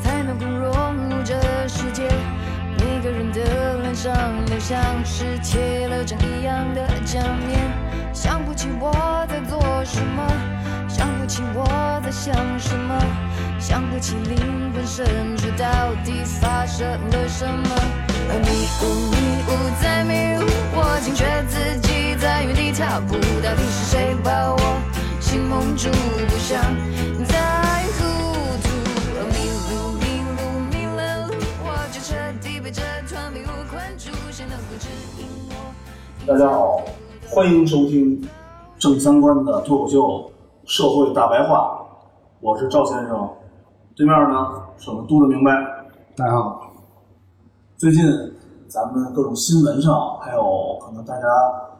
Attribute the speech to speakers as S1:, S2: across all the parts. S1: 才能够融入这世界。每个人的脸上都像是贴了张一样的假面，想不起我在做什么，想不起我在想什么，想不起灵魂深处到底发生了什么。而迷雾，迷雾在迷雾，我惊觉自己在原地踏步，到底是谁把我心蒙住？不想再糊涂。迷路，迷路，迷了路，我就彻底被这团迷雾困住，谁能够指引我？
S2: 大家好，欢迎收听正三观的脱口秀《社会大白话》，我是赵先生，对面呢是我们嘟的明白。
S3: 大家好，
S2: 最近咱们各种新闻上，还有可能大家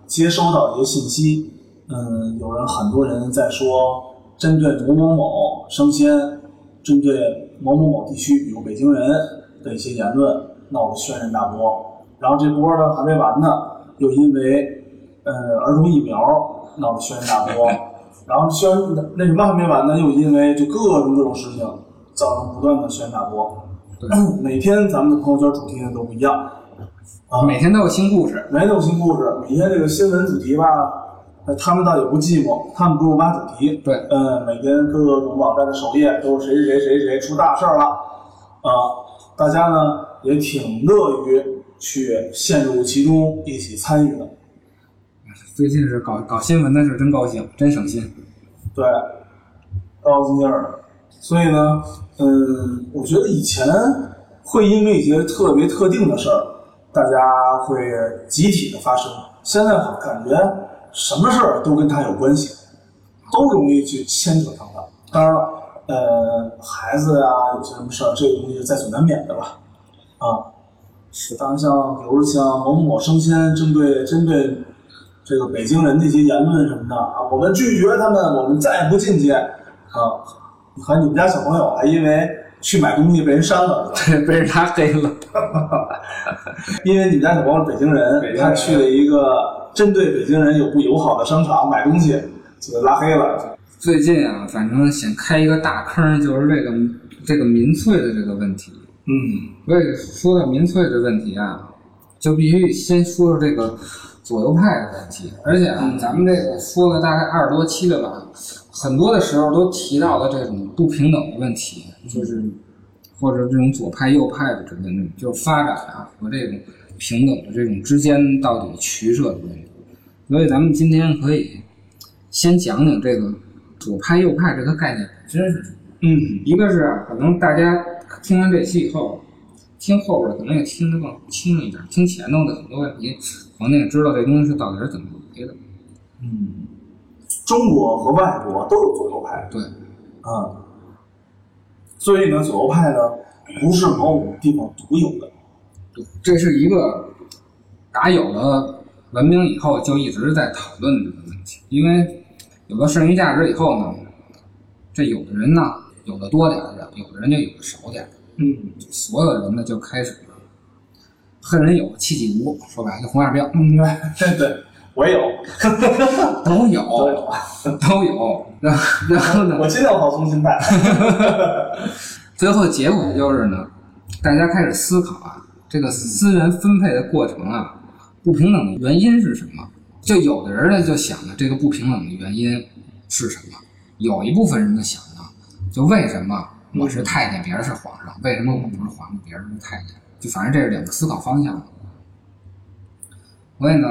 S2: 接收到一些信息，嗯，有人很多人在说，针对某某某生鲜，针对某某某地区，比如北京人的一些言论，闹得轩然大波。然后这波呢还没完呢，又因为呃儿童疫苗闹得轩然大波。然后轩那什么还没完呢，又因为就各种各种事情，造成不断的轩然大波。 每天咱们的朋友圈主题呢都不一样，啊，
S3: 每天都有新故事。
S2: 每天有新故事，每天这个新闻主题吧，呃他们倒也不寂寞，他们给我挖主题，
S3: 对
S2: 呃，每天各种网站的首页都是谁谁谁谁谁出大事儿了，啊，大家呢也挺乐于去陷入其中，一起参与的，
S3: 最近是搞搞新闻的是真高兴，真省心。
S2: 对，高精劲儿的。所以呢，嗯，我觉得以前会因为一些特别特定的事儿，大家会集体的发生。现在我感觉什么事儿都跟他有关系，都容易去牵扯上他。当然了，呃，孩子啊，有些什么事儿，这个东西在所难免的吧，啊。是，当然像比如像某某某生鲜，针对针对这个北京人的一些言论什么的啊，我们拒绝他们，我们再也不进去啊。你看你们家小朋友啊还因为去买东西被人删了，
S3: 对，被人拉黑了。
S2: 因为你们家小朋友是北京
S3: 北
S2: 人，
S3: 京人
S2: 他去了一个针对北京人有不友好的商场买东西，就被拉黑了。
S3: 最近啊，反正想开一个大坑，就是这个这个民粹的这个问题。
S2: 嗯，
S3: 所以说到民粹的问题啊，就必须先说说这个左右派的问题。而且啊，咱们这个说了大概二十多期了吧，很多的时候都提到了这种不平等的问题，就是或者这种左派右派的这个问题，就是发展啊和这种平等的这种之间到底取舍的问题。所以咱们今天可以先讲讲这个左派右派这个概念本身是什么。
S2: 嗯，
S3: 一个是啊可能大家听完这期以后，听后边儿的可能也听得更清楚一点，听前头的很多问题，可能也知道这东西是到底是怎么来的。
S2: 中国和外国都有左右派
S3: 对，
S2: 啊、所以呢，左右派呢不是某某地方独有的。
S3: 这是一个打有了文明以后就一直在讨论的这个问题，因为有了剩余价值以后呢，这有的人呢有的多点儿的，有的人就有的少点儿的，
S2: 嗯，
S3: 所有人呢就开始恨人有气己无，说白了就红二标，
S2: 嗯， 对对，我也有，
S3: 都有
S2: 我也有。
S3: 都有，然后然后呢
S2: 哦我，尽量放松心态。
S3: 最后结果就是呢，大家开始思考啊，这个资源分配的过程啊，不平等的原因是什么？就有的人呢就想呢，这个不平等的原因是什么？有一部分人呢想呢，就为什么我是太监，别人是皇上？为什么我不是皇上，别人是太监？就反正这是两个思考方向。所以呢，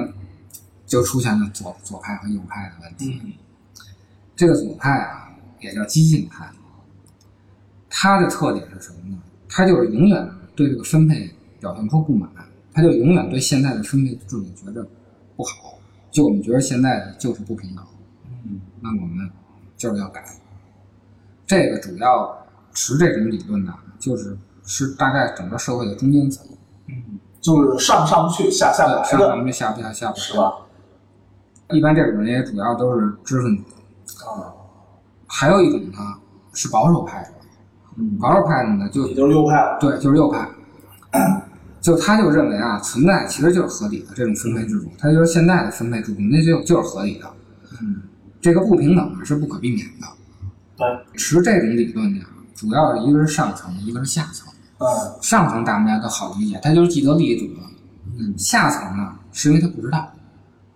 S3: 就出现了左左派和右派的问题。
S2: 嗯
S3: 这个左派啊，也叫激进派，它的特点是什么呢？它就是永远对这个分配表现出不满，它就永远对现在的分配制度觉得不好，就我们觉得现在的就是不平等，
S2: 嗯，
S3: 那我们就是要改。这个主要持这种理论呢，就是是大概整个社会的中间层，
S2: 就是上上不去，下下不来
S3: 上咱
S2: 的，
S3: 们下不下下不
S2: 啊是？吧？
S3: 一般这种人也主要都是知识分子，
S2: 啊，
S3: 还有一种呢是保守派的，
S2: 嗯
S3: 保守派呢就
S2: 也就是右派了。
S3: 对，就是右派，就他就认为啊，存在其实就是合理的这种分配制度，他就是现在的分配制度，那就就是合理的。这个不平等啊是不可避免的。
S2: 对，
S3: 持这种理论的啊，主要一个是上层，一个是下层。
S2: 嗯，
S3: 上层大家都好理解，他就是既得利益者。嗯，下层呢，是因为他不知道，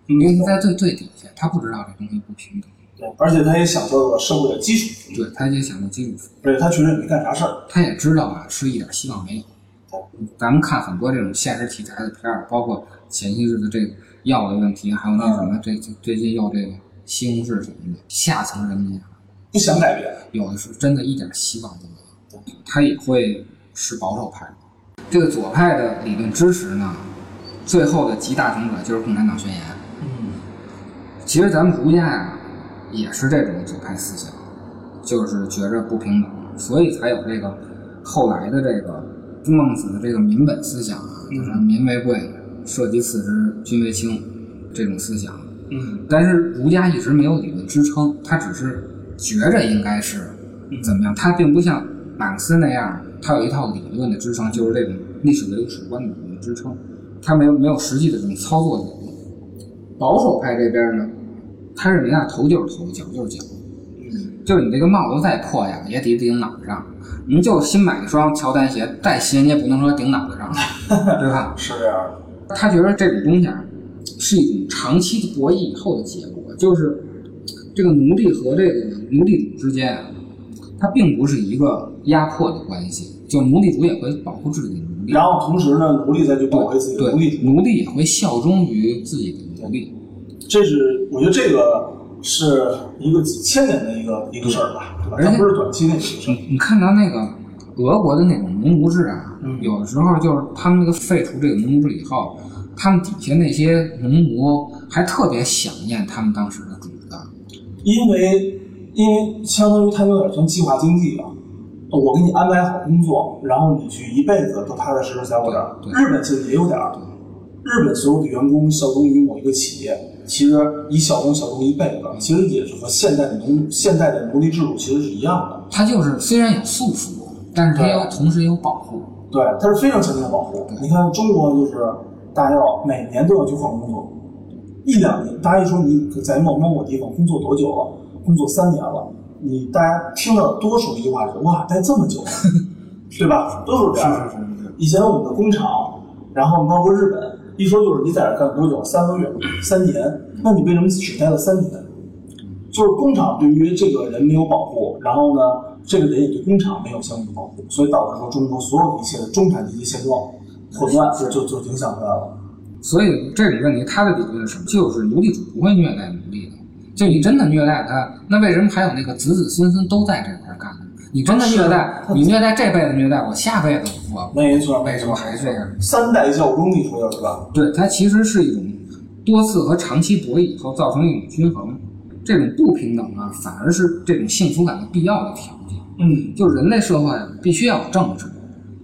S3: 因为他在最最底下，他不知道这东西不平等，
S2: 对，而且他也享受了社会的基础，
S3: 对，他也想到基础服务。
S2: 而且他觉得你没干啥事儿。
S3: 他也知道啊，是一点希望没有。咱们看很多这种现实题材的片儿，包括前些日子这个药的问题，还有那什么，这这最近又这个西红柿什么的，下层人民啊，
S2: 不想改变。
S3: 有的是真的一点希望都没有，他也会是保守派。这个左派的理论支持呢，最后的集大成者就是《共产党宣言》。
S2: 嗯，
S3: 其实咱们儒家呀，也是这种左派思想，就是觉着不平等，所以才有这个后来的这个孟子的这个民本思想啊，就是民为贵，社稷次之，君为轻这种思想。
S2: 嗯，
S3: 但是儒家一直没有理论支撑，他只是觉着应该是怎么样，他并不像马克思那样，他有一套理论的支撑，就是这种历史唯物史观的理论支撑，他没有没有实际的这种操作理论。保守派这边呢，他认为啊，头就是头，脚就是脚，就是你这个帽子再破呀，也得顶脑袋上。你就新买一双乔丹鞋，再新你也不能说顶脑袋上，对吧？
S2: 是这样的。
S3: 他觉得这种东西啊，是一种长期的博弈以后的结果，就是这个奴隶和这个奴隶主之间啊，它并不是一个压迫的关系，就奴隶主也会保护自己的奴隶，
S2: 然后同时呢，奴隶再去保卫自己的奴
S3: 对，
S2: 隶，
S3: 奴隶也会效忠于自己的奴隶。
S2: 这是我觉得这个是一个几千年的一个一个事儿吧，对吧？
S3: 而且
S2: 它不是短期内的一个事儿。
S3: 你看到那个俄国的那种农奴制啊，有的时候就是他们那个废除这个农奴制以后，他们底下那些农奴还特别想念他们当时的主子。啊
S2: 因为因为相当于它有点像计划经济啊。我给你安排好工作，然后你去一辈子都踏踏实实在我这儿。
S3: 对对
S2: 日本其实也有点儿，日本所有的员工效忠于某一个企业，其实以效忠效忠一辈子，其实也是和现代的奴现代的奴隶制度其实是一样的。
S3: 它就是虽然有束缚，但是它也有同时也有保护。
S2: 对，它是非常强烈的保护。你看中国就是大家要每年都要去换工作，一两年，大家一说你在某某某地方工作多久了？工作三年了。你大家听到的多数一句话是哇，待这么久， 对吧？都是这样。
S3: 是是是。
S2: 以前我们的工厂，然后包括日本，一说就是你在这儿干多久？三个月、三年？那你为什么只待了三年？就是工厂对于这个人没有保护，然后呢，这个人也对工厂没有相应的保护，所以导致说中国所有的一切的中产阶级现状混乱就就就影响出来了。
S3: 所以这种问题，它的理论是什么？就是奴隶主不会虐待奴隶的。就你真的虐待他，那为什么还有那个子子孙孙都在这块儿干呢？你真的虐
S2: 啊
S3: 待，你虐待这辈子虐待我，下辈子我
S2: 没错，
S3: 为什么还是这样？
S2: 三代效忠，你说就是吧？
S3: 对，它其实是一种多次和长期博弈以后造成一种均衡。这种不平等啊，反而是这种幸福感的必要的条件。
S2: 嗯
S3: 就人类社会必须要有政治，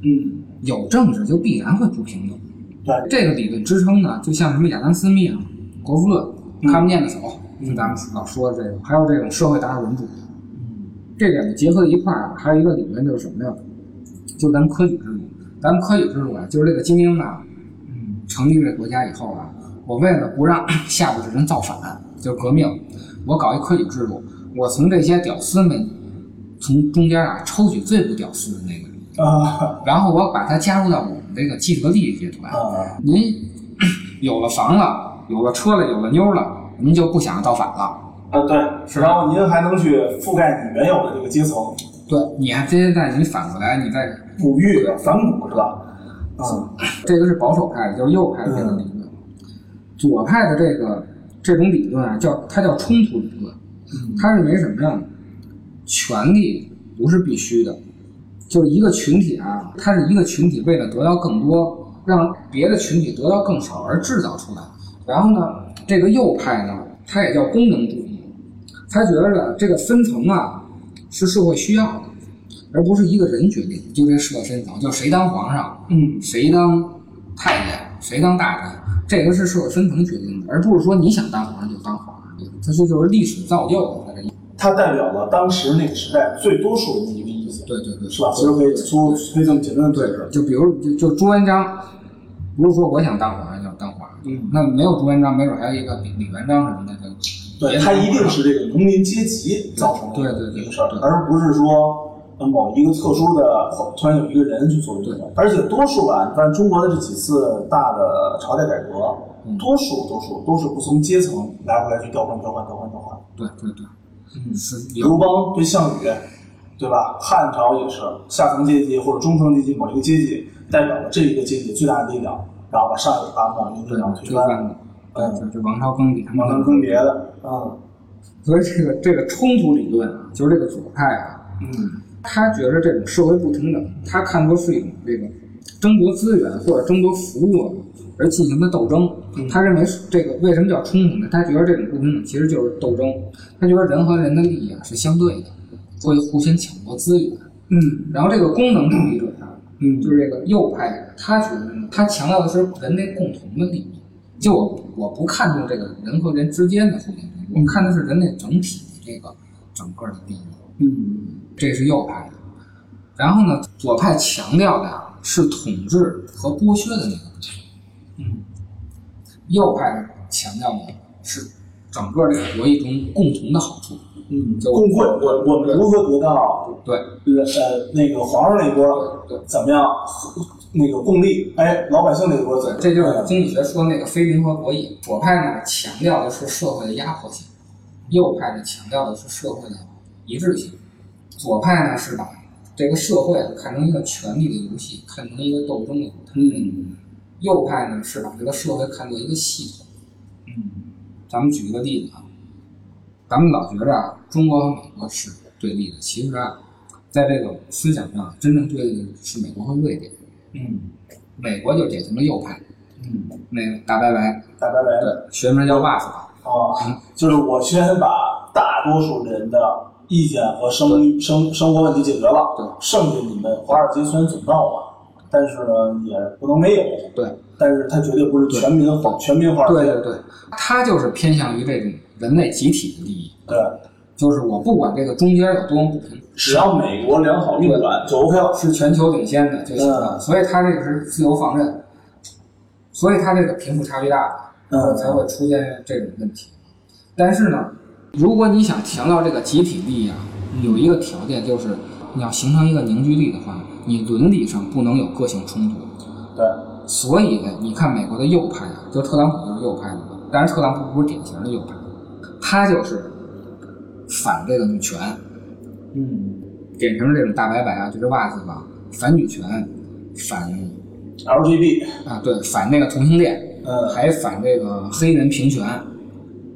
S2: 嗯，
S3: 有政治就必然会不平等。
S2: 对，
S3: 这个理论支撑呢，就像什么亚当斯密啊、国富论、
S2: 嗯
S3: 看不见的手，就咱们老说的这个，还有这种社会达尔文主义，
S2: 嗯
S3: 这两个结合在一块儿啊，还有一个理论就是什么呀？就咱们科举制度，咱们科举制度啊，就是这个精英啊，
S2: 嗯
S3: 成立这个国家以后啊，我为了不让 下边的人造反，就是革命，我搞一科举制度，我从这些屌丝们从中间啊抽取最不屌丝的那个人，
S2: 啊
S3: 然后我把他加入到我们这个既得利益集团。
S2: 啊，
S3: 您 有了房了，有了车了，有了妞了，您就不想造反了。
S2: 啊对，然后您还能去覆盖你原有的这个阶层，
S3: 对，你还真在你反过来，你再
S2: 哺育反哺是吧？嗯，
S3: 这个是保守派，就是右派的这个理论。左派的这个这种理论啊，叫它叫冲突理论，它认为什么呀？权利不是必须的，就是一个群体啊，它是一个群体为了得到更多，让别的群体得到更少而制造出来。然后呢，这个右派呢，它也叫功能主义，他觉得这个分层啊是社会需要的，而不是一个人决定，就这社会分层，就谁当皇上，
S2: 嗯，
S3: 谁当太监，谁当大臣，这个是社会分层决定的，而不是说你想当皇上就当皇上，这就就是历史造就的。
S2: 它代表了当时那个时代最多数人的一个意见。
S3: 对对对，
S2: 是吧？其实可以粗可以这么简单的解
S3: 对，
S2: 释，
S3: 就比如就就朱元璋，不是说我想当皇上就当皇上，
S2: 嗯，
S3: 那没有朱元璋，没准还有一个李李元璋什么的，就
S2: 对，它一定是这个农民阶级造成
S3: 对
S2: 的
S3: 对对
S2: 一个事儿
S3: 对，
S2: 而不是说呃某一个特殊的突然有一个人去做一个事儿。而且多数啊，但中国的这几次大的朝代改革，
S3: 嗯
S2: 多数多数都是不从阶层来回来去调换调换调换调换。
S3: 对对对，
S2: 嗯
S3: 是有
S2: 刘邦对项羽，对吧？汉朝也是下层阶级或者中层阶级某一个阶级代表了这一个阶级最大的力量，然后把上一个把某一个力
S3: 对
S2: 量推
S3: 推
S2: 翻，
S3: 翻的，对对对，王朝更迭，
S2: 往上更迭的，
S3: 啊
S2: 嗯
S3: 所以这个这个冲突理论啊，就是这个左派啊，
S2: 嗯，
S3: 他觉得这种社会不平等，他看作是一种这个争夺资源或者争夺服务啊而进行的斗争。他认为这个为什么叫冲突呢？他觉得这种不平等其实就是斗争。他觉得人和人的利益啊是相对的，会互相抢夺资源。
S2: 嗯
S3: 然后这个功能主义者啊，
S2: 嗯
S3: 就是这个右派啊，他觉得呢，他强调的是人类共同的利益。就我我不看重这个人和人之间的互相利益，我看的是人类整体的这个整个的利益。
S2: 嗯
S3: 这是右派的。然后呢，左派强调的啊是统治和剥削的那个部分，
S2: 嗯
S3: 右派强调的是整个这个国一中共同的好处。
S2: 嗯，
S3: 就
S2: 共会，我我们如何得到
S3: 对
S2: 呃那个皇上那波
S3: 对，
S2: 怎么样那个共利？哎，老百姓那波怎么样？嗯
S3: 这就是经济学说那个非联合国义。左派呢强调的是社会的压迫性，右派呢强调的是社会的一致性。左派呢是把这个社会啊看成一个权力的游戏，看成一个斗争的舞台。
S2: 嗯
S3: 右派呢是把这个社会看作一个系统。
S2: 嗯
S3: 咱们举一个例子啊，咱们老觉着啊，中国和美国是对立的，其实啊，在这个思想上啊，真正对立的是美国和瑞典。
S2: 嗯
S3: 美国就典型的右派，
S2: 嗯，
S3: 那个大白白，
S2: 大白白。
S3: 对，学名叫 WAF，
S2: 啊，就是我先把大多数人的意见和生生生活问题解决了，
S3: 对
S2: 剩下你们华尔街虽然总闹吧，但是呢也不能没有，
S3: 对，
S2: 但是它绝对不是全民化全民化，
S3: 对对对，他就是偏向于这种人类集体的利益，
S2: 对，
S3: 就是我不管这个中间有多么不平，
S2: 只要美国良好运转就 OK 了，
S3: 是全球领先的就行了，
S2: 嗯
S3: 所以他这个是自由放任，所以他这个贫富差距大，
S2: 嗯
S3: 才会出现这种问题。但是呢，如果你想强调这个集体利益啊，
S2: 嗯
S3: 有一个条件就是你要形成一个凝聚力的话，你伦理上不能有个性冲突。
S2: 对，
S3: 所以呢，你看美国的右派啊，就特朗普就是右派的嘛，当然特朗普不是典型的右派，他就是反这个女权，
S2: 嗯
S3: 典型的这种大白白啊，就是袜子吧，反女权，反
S2: ，LGB，
S3: 啊对，反那个同性恋，
S2: 嗯
S3: 还反这个黑人平权，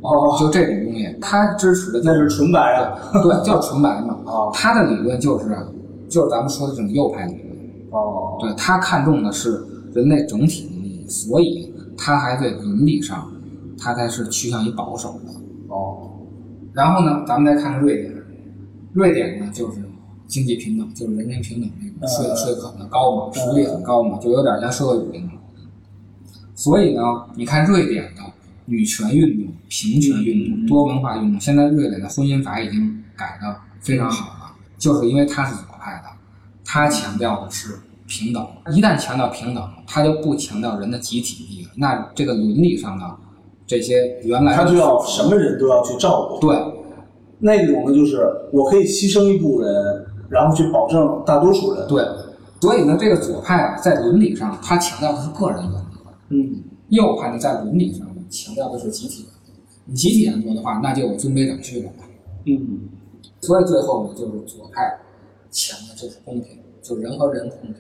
S2: 哦，
S3: 就这种东西，他支持的就
S2: 那是纯白
S3: 对
S2: 啊，
S3: 对，就是纯白嘛。
S2: 哦
S3: 他的理论就是啊就是咱们说的这种右派理论，
S2: 哦，
S3: 对他看重的是人类整体的利益，所以他还对伦理上，他才是趋向于保守的。
S2: 哦，
S3: 然后呢，咱们再看看瑞典，瑞典呢就是经济平等，就是人人平等那个税
S2: 嗯
S3: 税可能高嘛，福利很高嘛，就有点像社会主义了。所以呢，你看瑞典的女权运动、平权运
S2: 嗯
S3: 动、多文化运动，现在瑞典的婚姻法已经改的非常好了，就是因为它是左派的，它强调的是平等。一旦强调平等，它就不强调人的集体利益了，那这个伦理上的这些原来的
S2: 他就要什么人都要去照顾，
S3: 对
S2: 那种呢就是我可以牺牲一部分人，然后去保证大多数人，
S3: 对，所以呢，这个左派啊，在伦理上他强调的是个人原则，
S2: 嗯。
S3: 右派呢在伦理上强调的是集体原则。你集体原则的话，那就有尊卑等序了嘛。
S2: 嗯
S3: 所以最后呢，就是左派强调就是公平，就是人和人公平；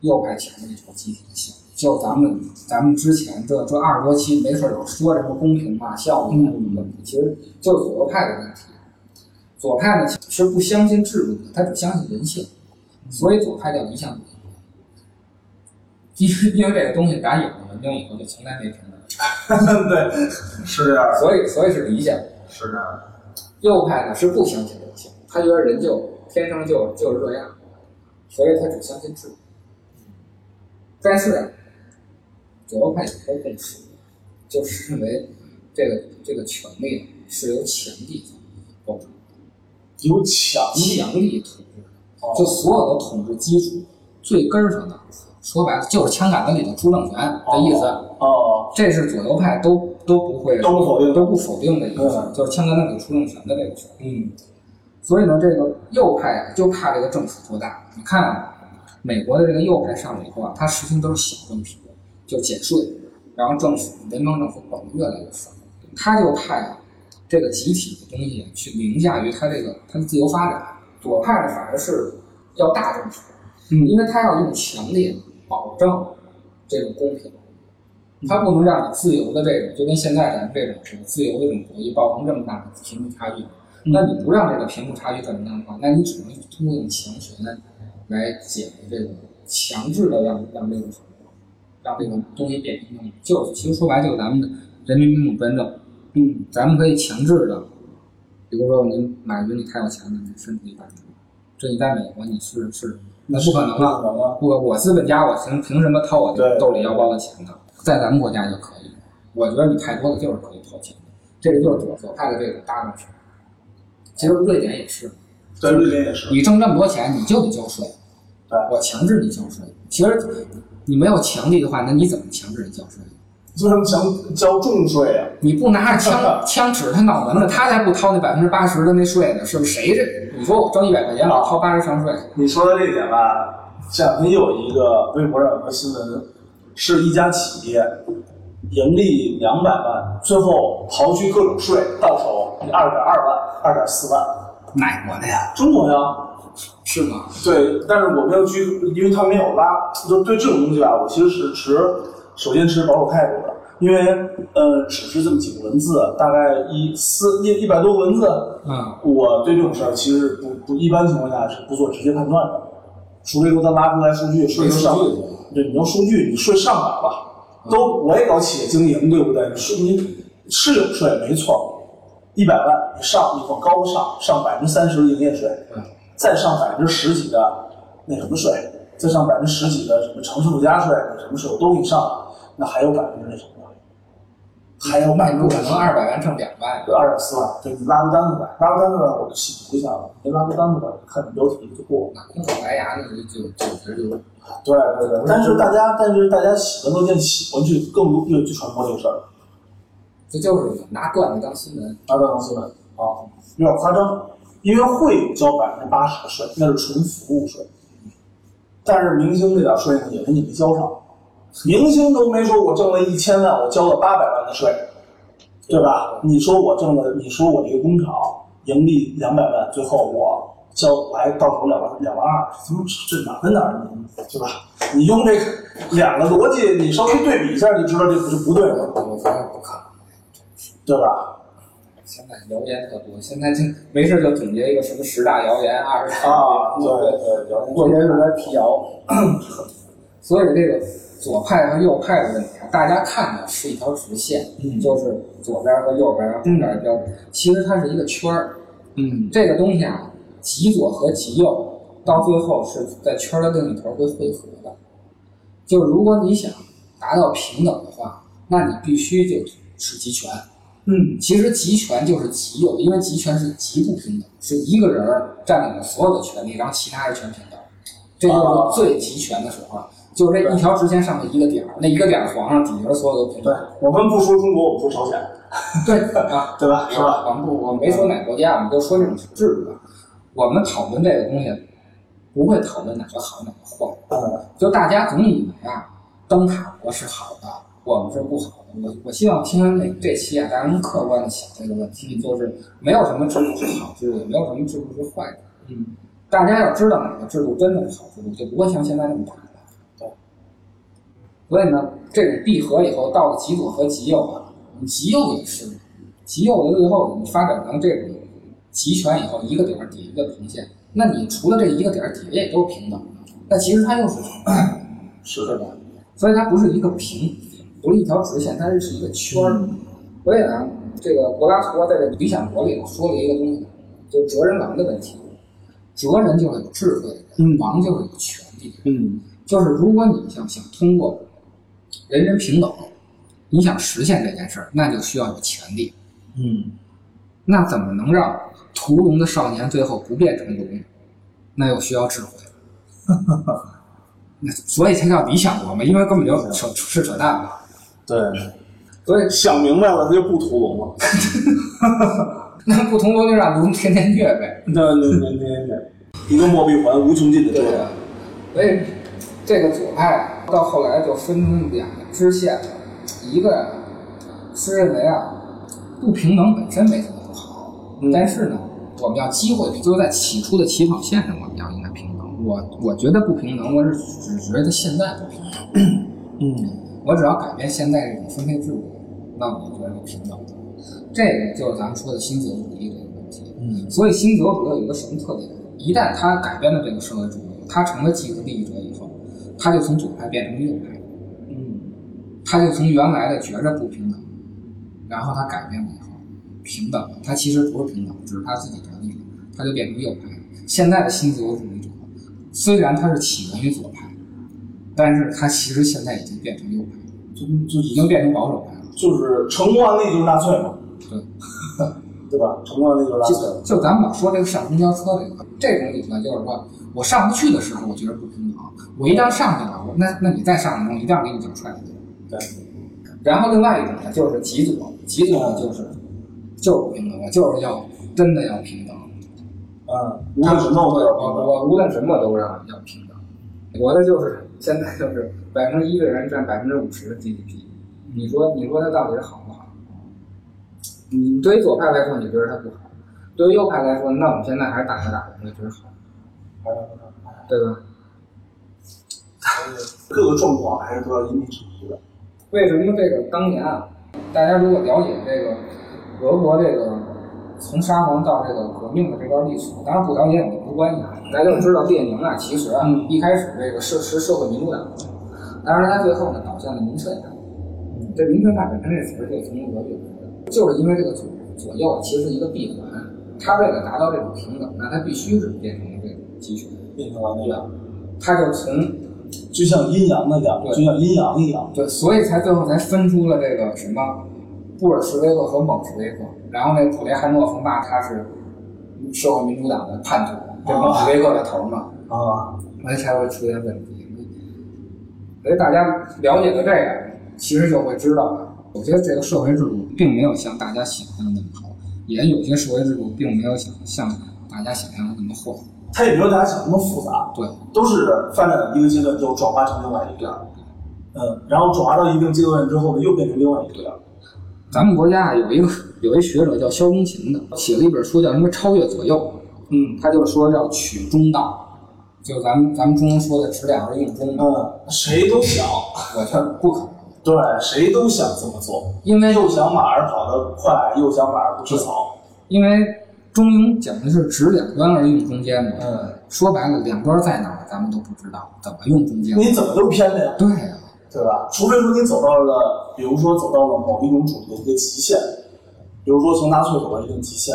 S3: 右派强调就是集体性。就咱们咱们之前这这二十多期没事儿有说什么公平嘛、效
S2: 嗯
S3: 率嘛什么的，其实就是左右派的问题。左派呢其实不相信制度的，他只相信人性，所以左派叫理想主义。因为因为这个东西打有了文明以后就从来没平等，，
S2: 对，是这样的，
S3: 所以所以是理想。
S2: 是这样的。
S3: 右派呢是不相信人性，他觉得人就天生就就是这样，所以他只相信制度。但是左右派有一个共识，就是认为这个这个权利是由强力统治的
S2: 有强力
S3: 强力统治的，就所有的统治基础最根儿上的，说白了就是枪杆子里的主政权的意思。
S2: 哦，
S3: 这是左右派都都不会
S2: 都不否定
S3: 都不否定的一个事儿，
S2: 嗯
S3: 就是枪杆子里出政权的这个事儿。
S2: 嗯，
S3: 所以呢，这个右派啊，就怕这个政府做大。你看啊，美国的这个右派上来以后啊，它实行都是小问题，就减税，然后政府联邦政府管的越来越少，他就怕呀、这个集体的东西去凌驾于它这个它的自由发展。左派呢，反而是要大政府，
S2: 嗯
S3: 因为他要用强力保证这种公平。他不能让你自由的这种，就跟现在咱们这种这种自由的这种博弈造成这么大的贫富差距。那你不让这个贫富差距这么大的话，那你只能通过用强权来解决这个强制的让让这个让这个东西变平等。就是其实说白了就是咱们的人民民主专政，
S2: 嗯，
S3: 咱们可以强制的，比如说您马云你太有钱了，你身处一百年，这你在美国你是是那不可能啊，
S2: 可能，
S3: 我我资本家，我凭凭什么掏我
S2: 对
S3: 兜里腰包的钱呢？在咱们国家就可以，我觉得你太多了就是可以掏钱的，这个就是左左派的这个大政权。其实瑞典也是，
S2: 在瑞典也是，
S3: 你挣这么多钱，你就得交税，
S2: 对
S3: 我强制你交税。其实你没有强力的话，那你怎么强制人交税？
S2: 为什么想交重税啊？
S3: 你不拿 着枪枪指他脑门子，他才不掏那百分之八十的那税呢，是不是？谁这？你说我挣一百块钱，老掏八十上税，
S2: 你说的这一点吧，这两天又有一个微博上有个新闻，是一家企业盈利两百万，最后刨去各种税，到手二点二万、二点四万。
S3: 哪国的呀？
S2: 中国呀，
S3: 是吗？
S2: 对，但是我没有去，因为他没有拉，就对这种东西吧，我其实是持首先持保守态度的，因为呃，只是这么几个文字，大概一四一一百多个文字，
S3: 嗯，
S2: 我对这种事儿其实不不一般情况下是不做直接判断的，除非说他拉出来数据，税
S3: 没
S2: 就
S3: 数
S2: 上
S3: 据，嗯
S2: 对，你要数据，你税上哪儿吧？都我也搞企业经营，对不对？税你是有税没错，一百万你上你往高上上百分之三十的营业税，
S3: 嗯
S2: 再上百分之十几的那什么税，再上百分之十几的什么城市附加税，什么税我都给你上了，那还有百分之那什么，还有
S3: 那
S2: 卖
S3: 你
S2: 多
S3: 不可
S2: 少？
S3: 能二百万挣两万呀。
S2: 二点四万，对你拉个单子吧，拉个单子吧，我就细读一下了。你拉个单子吧，看你标题就过了。
S3: 那啊空口白牙那就就就觉得就
S2: 对对对，但是大家，但是大家喜闻乐见，喜欢去更多去去传播这个事儿，
S3: 这就是拿段子当新闻。
S2: 拉单子吧，啊，有点夸张，因为会有交百分之八十的税，那是纯服务税，但是明星这点税呢，也跟你没交上，明星都没说我挣了一千万，我交了八百万的税，对吧？你说我挣了，你说我这个工厂盈利两百万，最后我交我还到手两万两万二，怎么这哪跟哪儿呢？对吧？你用这个两个逻辑，你稍微对比一下，你知道这不是不对
S3: 我
S2: 了，
S3: 我觉得不可能。
S2: 对吧？
S3: 现在谣言特多，现在就没事就总结一个什么十大谣言、二十大
S2: 啊，对
S3: 谣言
S2: 对对，
S3: 过些日子来辟谣。所以这个左派和右派的问题啊，大家看的是一条直线，
S2: 嗯
S3: 就是左边和右边，然后中间的标准，其实它是一个圈儿。
S2: 嗯，
S3: 这个东西啊，极左和极右到最后是在圈儿的另一头会汇合的。就如果你想达到平等的话，那你必须就是集权。
S2: 嗯，
S3: 其实集权就是极右，因为集权是极不平等，是一个人儿占领了所有的权利，让其他人全平等。这
S2: 哦
S3: 就是最集权的时候，就是这一条直线上面一个点儿，那一个点儿皇上底下所有都平
S2: 对
S3: 等。，
S2: 我们不说中国，我们说朝鲜，
S3: 对 啊，
S2: 对吧？是吧？嗯
S3: 我们不，我没说哪个国家，我们就说这种制度吧。我们讨论这个东西，不会讨论哪个好哪个坏，
S2: 嗯，
S3: 就大家总以为啊，灯塔国是好的，我们是不好的。我我希望听完这这期啊，大家能客观的想这个问题，就是没有什么制度是好制度，也没有什么制度是坏的。
S2: 嗯，
S3: 大家要知道哪个制度真的是好制度，就不会像现在那么打了。
S2: 对。
S3: 所以呢，这种闭合以后，到了极左和极右啊，极右也是，极右的最后你发展成这种集权以后，一个点儿抵一个平线，那你除了这一个点儿底下也都是平等的，那其实它又是什么？
S2: 是
S3: 对吧？所以它不是一个平，不是一条直线，它是一个圈儿。所以呢，这个柏拉图啊在这《理想国》里头说了一个东西，就是哲人王的问题。哲人就是有智慧的人，
S2: 嗯
S3: 王就是有权利的人。
S2: 嗯
S3: 就是如果你想想通过人人平等，你想实现这件事儿，那就需要有权利。
S2: 嗯
S3: 那怎么能让屠龙的少年最后不变成龙？那又需要智慧。那所以才叫理想国嘛，因为根本就扯是扯淡嘛。
S4: 对，
S3: 所以
S4: 想明白了他就不屠龙了。
S3: 那不同国就让龙天天虐呗。
S4: 那那那那那，一个莫闭环无穷尽的折
S3: 啊
S4: 腾。，
S3: 所以这个左派啊到后来就分成两个支线，一个呀是认为啊不平等本身没什么不好，
S4: 嗯
S3: 但是呢，我们要机会就是在起初的起跑线上，我们要应该平等。我我觉得不平等，我是只觉得现在不平等。
S4: 嗯，
S3: 我只要改变现在这种分配制度，那我觉得是平等的。这个就是咱们说的新自由主义这个问题。
S4: 嗯
S3: 所以新自由主义有一个什么特点？一旦他改变了这个社会主义，他成了既得利益者以后，他就从左派变成右派，
S4: 嗯
S3: 他就从原来的觉着不平等，然后他改变了以后，平等了，他其实不是平等，只是他自己得利了，他就变成右派了。现在的新自由主义者，虽然他是起源于左派，但是他其实现在已经变成右派了。
S2: 就就
S3: 已经变成保守派了。
S2: 就是成功案例就是纳粹嘛，
S3: 对，
S2: 对吧？成功案例就是纳粹。
S3: 就就咱们老说这个上公交车这个，这种理论就是说，我上不去的时候，我觉得不平等；我一旦上去了，我那那你再上来，我一定给你脚踹下去。
S2: 对，
S3: 然后另外一种呢，就是极左，极左呢就是就是不平等，我就是要真的要平等。
S2: 嗯，无论什么我都要
S3: 我
S2: 帮
S3: 我无论什么都让要平等。我的就是现在就是百分之一的人占百分之五十的 GDP，你说你说它到底是好不好？你对于左派来说，你觉得它不好；对于右派来说，那我们现在还是打着打着，你觉得好，对吧？
S2: 各个状况还是都要因地制宜的。
S3: 为什么这个当年啊，大家如果了解这个俄国这个从沙皇到这个革命的这段历史，当然不了解也没关系啊，大家就知道列宁啊，其实啊、
S2: 嗯
S3: 一开始这个是是社会民主党，当然他最后呢导向了民粹党。这民粹党本身这词儿就从俄语来的，就是因为这个左左右啊，其实一个闭环，他为了达到这种平等，那他必须是变成这个集权，
S2: 变成了那样，
S3: 他就从
S2: 就像阴阳那样，
S3: 对
S2: 就像阴阳一样。
S3: 对，所以才最后才分出了这个什么布尔什维克和蒙什维克。然后那普列汉诺夫嘛，他是社会民主党的叛徒，这蒙什维克的头儿嘛，
S2: 啊，
S3: 所以才会出现问题。所以大家了解了这个，其实就会知道了，有些这个社会制度并没有像大家想象的那么好，也有些社会制度并没有想像大家想象的那么坏。
S2: 它也没有大家想那么复杂，
S3: 对，
S2: 都是发展的一个阶段之后转化成另外一个样，嗯，然后转化到一定阶段之后呢，又变成另外一个样。
S3: 咱们国家啊有一个有一学者叫肖中琴的，写了一本书叫什么《超越左右》。
S2: 嗯
S3: 他就说要取中道，就咱们咱们中文说的“指两而用中”，
S2: 嗯，谁都想，
S3: 我觉得不可能，
S2: 对，谁都想这么做，
S3: 因为
S2: 又想马儿跑得快，又想马儿不吃草。
S3: 因为中庸讲的是“指两端而用中间”嘛，
S2: 嗯，
S3: 说白了，两端在哪儿咱们都不知道，怎么用中间？
S2: 你怎么都偏了呀，
S3: 对啊呀、
S2: 对吧？除非说你走到了，比如说走到了某一种主义的一个极限，比如说从纳粹走到一定极限，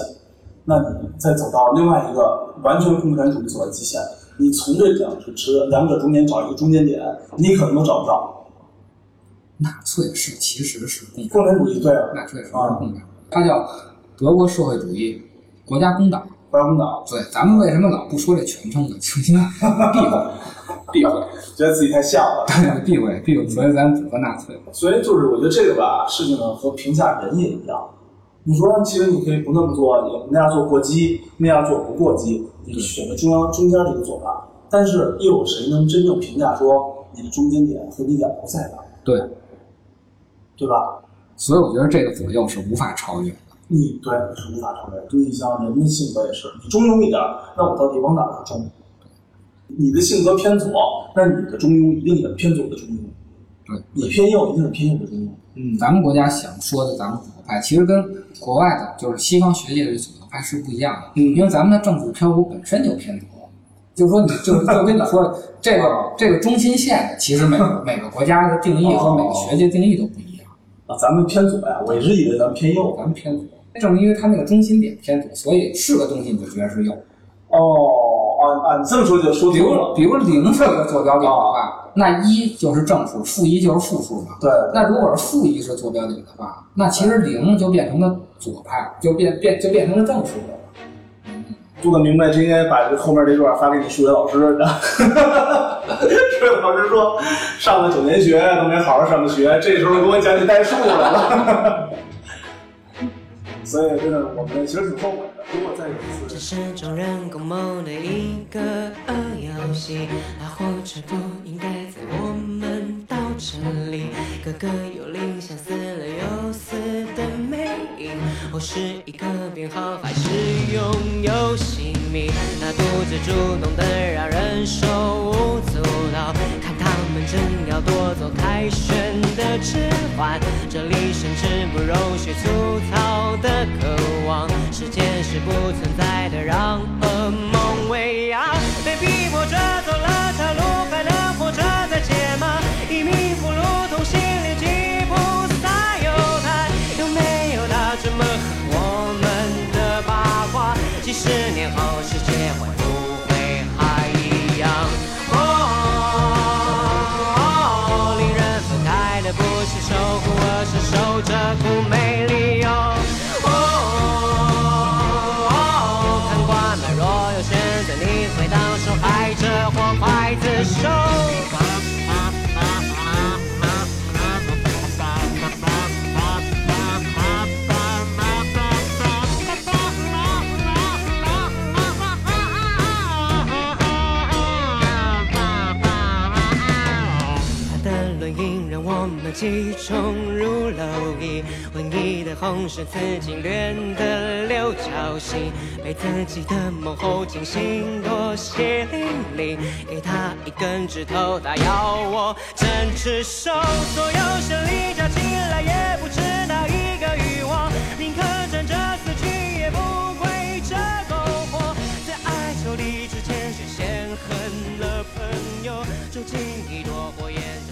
S2: 那你再走到另外一个完全共产主义走到极限，你从这两者之两者中间找一个中间点，你可能都找不到。
S3: 纳粹是其实是共产，
S2: 共产主义对啊了，
S3: 纳粹是共产，它叫德国社会主义国家工党。
S2: 国家工党
S3: 对，咱们为什么老不说这全称呢？就是因为避 讳，避讳，
S2: 觉得自己太像了，
S3: 对，避讳，避讳，所以咱们只说纳粹。
S2: 所以就是我觉得这个吧，事情呢和评价人也一样。你说其实你可以不那么做，也那样做过激，那样做不过激，你选择中央中间这个做法。但是又有谁能真正评价说你的中间点和你两头在哪，
S3: 对，
S2: 对吧？
S3: 所以我觉得这个左右是无法超越的。
S2: 你对是无法承认。就你像人的性格也是，你中庸一点，那我到底往哪儿中？你的性格偏左，那你的中庸一定也是偏左的中庸；
S3: 对，
S2: 你偏右一定是偏右的中庸。嗯
S3: 咱们国家想说的咱们左派，其实跟国外的，就是西方学界的左派是不一样的，
S2: 嗯
S3: 因为咱们的政治漂浮本身就偏左，就是说你就就跟你说的这个这个中心线，其实每个每个国家的定义和每个学界定义都不一样，
S2: 啊，咱们偏左呀，我一直以为咱们偏右。
S3: 咱们偏左，正因为它那个中心点偏左，所以是个东西你就觉得是右，
S2: 哦，啊啊，你这么说就说
S3: 比
S2: 通
S3: 如
S2: 了。
S3: 比如零是一个坐标点的话，那一就是正数，负一就是负数嘛，
S2: 对，
S3: 那如果是负一是坐标点的话，那其实零就变成了左派，就变变就变成了正数了。
S2: 不能明白，这应该把这后面这段发给你数学老师的。数学老师说，上了九年学都没好好上的学，这时候给我讲起代数来了。 所以真的，我们其实挺后悔的。如果再有一
S1: 这
S2: 次，
S1: 是众人共谋的一个恶游戏，那火车不应该在我们到这里。个个有理想，似了又似的魅影。我是一个编号还是拥有姓名？那独自主动的让人手舞足蹈。看他们正要夺走凯旋的指环，这里甚至不容许粗糙的渴望。时间是不存在的，让噩梦围绕。被逼迫着走了岔路，还能活着在解吗？一命不如同心里吉普赛犹太，有没有他这么恨我们的八卦？几十年后，世界会不会还一样？哦，令人愤慨的不是受苦，而是受着苦没理由。哦，看官们若有选择，你会当受害者或刽子手。他的轮椅让我们集中入蝼蚁，瘟疫的红绳刺进恋的六角形，被自己的梦后惊醒，多血淋淋。给他一根指头，他要我整只手，所有胜利加起来也不值那一个欲望，宁可站着死去，也不跪着苟活。在哀愁里之前，谁先恨了朋友？究竟你多火焰？